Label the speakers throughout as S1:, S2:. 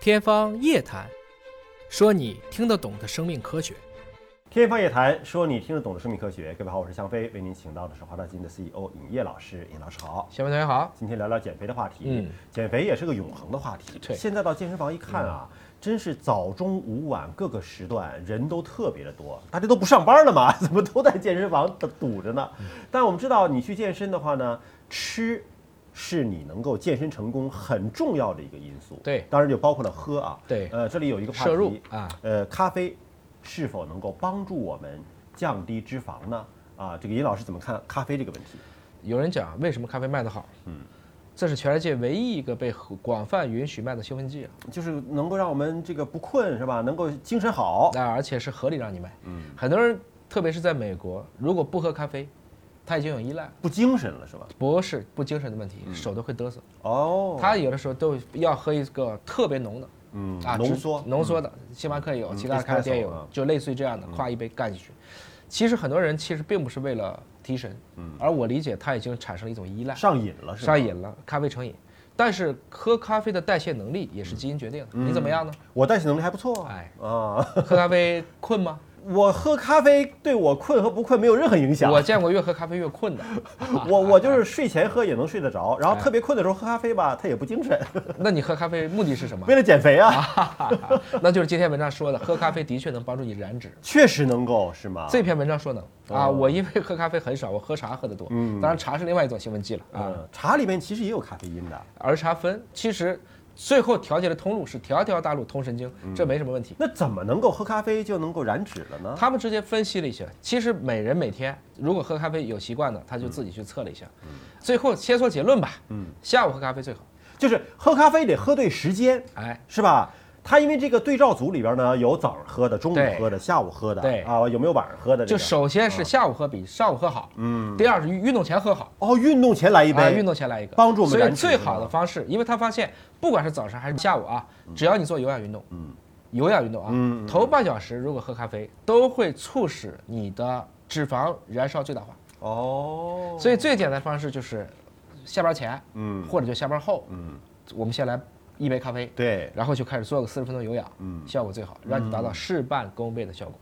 S1: 天方夜谭，说你听得懂的生命科学。
S2: 天方夜谭，说你听得懂的生命科学。各位好，我是向飞，为您请到的是华大基因的 CEO 尹烨老师。尹老师好，
S1: 小明同学好，
S2: 今天聊聊减肥的话题。
S1: 嗯
S2: 减肥也是个永恒的话题。
S1: 对嗯
S2: 现在到健身房一看啊，真是早中午晚各个时段人都特别的多，大家都不上班了嘛，怎么都在健身房堵着呢？
S1: 嗯
S2: 但我们知道，你去健身的话呢，吃。是你能够健身成功很重要的一个因素，
S1: 对
S2: 当然就包括了喝啊，
S1: 对
S2: 呃，这里有一个话题，
S1: 摄入啊，
S2: 呃，咖啡是否能够帮助我们降低脂肪呢？啊，这个尹老师怎么看咖啡这个问题？
S3: 有人讲为什么咖啡卖得好？嗯，这是全世界唯一一个被合广泛允许卖的兴奋剂啊，
S2: 就是能够让我们这个不困是吧？能够精神好。
S3: 那而且是合理让你卖。嗯，很多人，特别是在美国，如果不喝咖啡，他已经有依赖了，
S2: 不精神了是吧？
S3: 不是不精神的问题，手都会嘚瑟。
S2: 嗯哦，
S3: 他有的时候都要喝一个特别浓的
S2: 嗯
S3: 啊，
S2: 浓
S3: 只
S2: 缩
S3: 浓缩的，星巴克有，其他的咖啡店
S2: 嗯嗯，espresso 啊
S3: 有，就类似于这样的，夸一杯干进去。其实很多人其实并不是为了提神，而我理解他已经产生了一种依赖。
S2: 上瘾嗯了是吧？
S3: 上。瘾了，咖啡成瘾。但是喝咖啡的代谢能力
S2: 嗯
S3: 也是基因决定的，你怎么样呢？
S2: 我代谢能力还不错。
S3: 哎
S2: 啊，
S3: 喝咖啡困 吗？
S2: 我喝咖啡对我困和不困没有任何影响。
S3: 我见过越喝咖啡越困的。
S2: 我我就是睡前喝也能睡得着，然后
S3: 哎啊
S2: 特别困的时候喝咖啡吧，它也不精神。
S3: 那你喝咖啡目的是 什么？
S2: 为了减肥啊，
S3: 那就是今天文章说的，喝咖啡的确能帮助你燃脂。
S2: 确实能够是吗？
S3: 这篇文章说能啊，
S2: 哦
S3: 我因为喝咖啡很少，我喝茶喝得多，当然茶是另外一种兴奋剂了啊。
S2: 嗯，茶里面其实也有咖啡因的。
S3: 儿茶酚其实最后调节的通路是条条大路通神经，
S2: 嗯
S3: 这没什么问题。
S2: 那怎么能够喝咖啡就能够燃脂了呢？
S3: 他们之间分析了一下，其实每人每天如果喝咖啡有习惯的，他就自己去测了一下。
S2: 嗯
S3: 最后先说结论吧，嗯，下午喝咖啡最好。
S2: 就是喝咖啡得喝对时间，
S3: 哎，
S2: 是吧？它因为这个对照组里边呢，有早上喝的、中午
S3: 对
S2: 喝的、下午喝的，
S3: 对
S2: 啊，有没有晚上喝的、这
S3: 就
S2: 啊个？
S3: 首先是下午喝比上午喝好，嗯，第二是运动前喝好，
S2: 哦，运动前来一
S3: 啊，
S2: 杯，
S3: 运动前来一个，
S2: 帮助我们
S3: 所以
S2: 燃脂
S3: 最好的方式，因为他发现，不管是早上还是下午啊，只要你做有氧运动，嗯，有氧运动啊，
S2: 嗯
S3: 头半小时如果喝咖啡，都会促使你的脂肪燃烧最大化。
S2: 哦，
S3: 所以最简单的方式就是下班前，
S2: 嗯
S3: 或者就下班后，
S2: 嗯，
S3: 我们先来一杯咖啡，
S2: 对，
S3: 然后就开始做个四十分钟有氧，嗯，效果最好，让你达
S2: 嗯
S3: 到事半功倍的效果。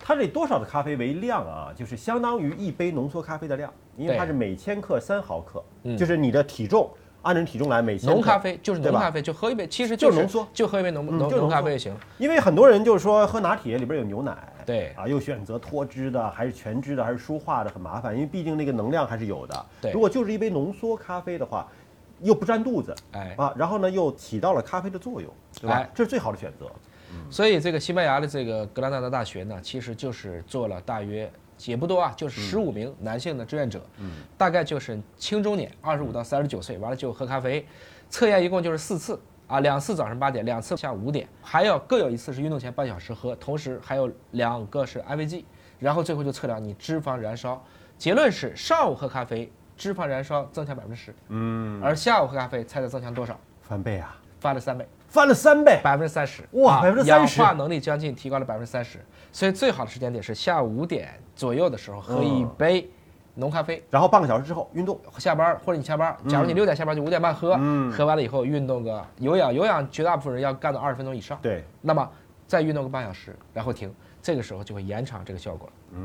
S2: 它这多少的咖啡为量啊？就是相当于一杯浓缩咖啡的量，因为
S3: 对嗯
S2: 它是每千克三毫克，就是你的体重按照你体重来，每千克
S3: 浓咖啡就是
S2: 对
S3: 浓
S2: 吧
S3: 咖啡，就喝一杯，其实
S2: 就是
S3: 是
S2: 浓缩
S3: 就喝一杯浓
S2: 嗯
S3: 浓
S2: 就是浓
S3: 浓
S2: 缩
S3: 咖啡就行。
S2: 因为很多人就是说喝拿铁里边有牛奶，
S3: 对
S2: 啊，又选择脱脂的，还是全脂的，还是舒化的，很麻烦，因为毕竟那个能量还是有的。
S3: 对
S2: 如果就是一杯浓缩咖啡的话，又不占肚子，
S3: 哎
S2: 啊，然后呢又起到了咖啡的作用，对吧？
S3: 哎
S2: 这是最好的选择。
S3: 所以这个西班牙的这个格拉纳达大学呢，其实就是做了大约也不多啊，就是十五名男性的志愿者，嗯大概就是青中年，二十五到三十九岁，完了就喝咖啡，测验一共就是四次啊，两次早上八点，两次下午五点，还有各有一次是运动前半小时喝，同时还有两个是安慰剂，然后最后就测量你脂肪燃烧，结论是上午喝咖啡脂肪燃烧增强百分之十，嗯，而下午喝咖啡猜猜增强多少？
S2: 翻倍啊，
S3: 翻了三倍。
S2: 翻了三倍，
S3: 百分之三十，
S2: 哇
S3: 啊
S2: 30%
S3: 氧化能力将近提高了百分之三十，所以最好的时间点是下午五点左右的时候喝一杯浓咖啡，
S2: 然后半个小时之后运动，
S3: 下班儿或者你下班儿，假如你六点下班就五点半喝，喝完了以后运动个有氧，有氧绝大部分人要干到二十分钟以上，
S2: 对，
S3: 那么再运动个半小时，然后停，这个时候就会延长这个效果了。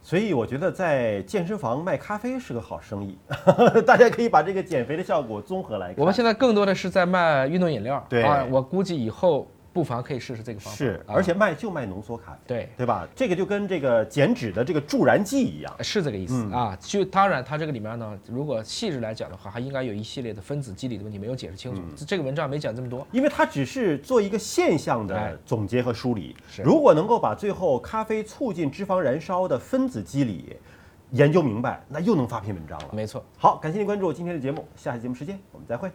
S2: 所以我觉得在健身房卖咖啡是个好生意， 大家可以把这个减肥的效果综合来看。
S3: 我们现在更多的是在卖运动饮料，
S2: 对
S3: 啊，我估计以后不妨可以试试这个方法，
S2: 是，
S3: 啊
S2: 而且卖就卖浓缩咖啡，
S3: 对
S2: 对吧？这个就跟这个减脂的这个助燃剂一样。
S3: 是这个意思、啊。就当然，它这个里面呢，如果细致来讲的话，还应该有一系列的分子机理的问题没有解释清楚。这个文章没讲这么多。
S2: 因为它只是做一个现象
S3: 哎
S2: 的总结和梳理。
S3: 是
S2: 如果能够把最后咖啡促进脂肪燃烧的分子机理研究明白，那又能发篇文章了。
S3: 没错，
S2: 好，感谢您关注今天的节目，下期节目时间我们再会。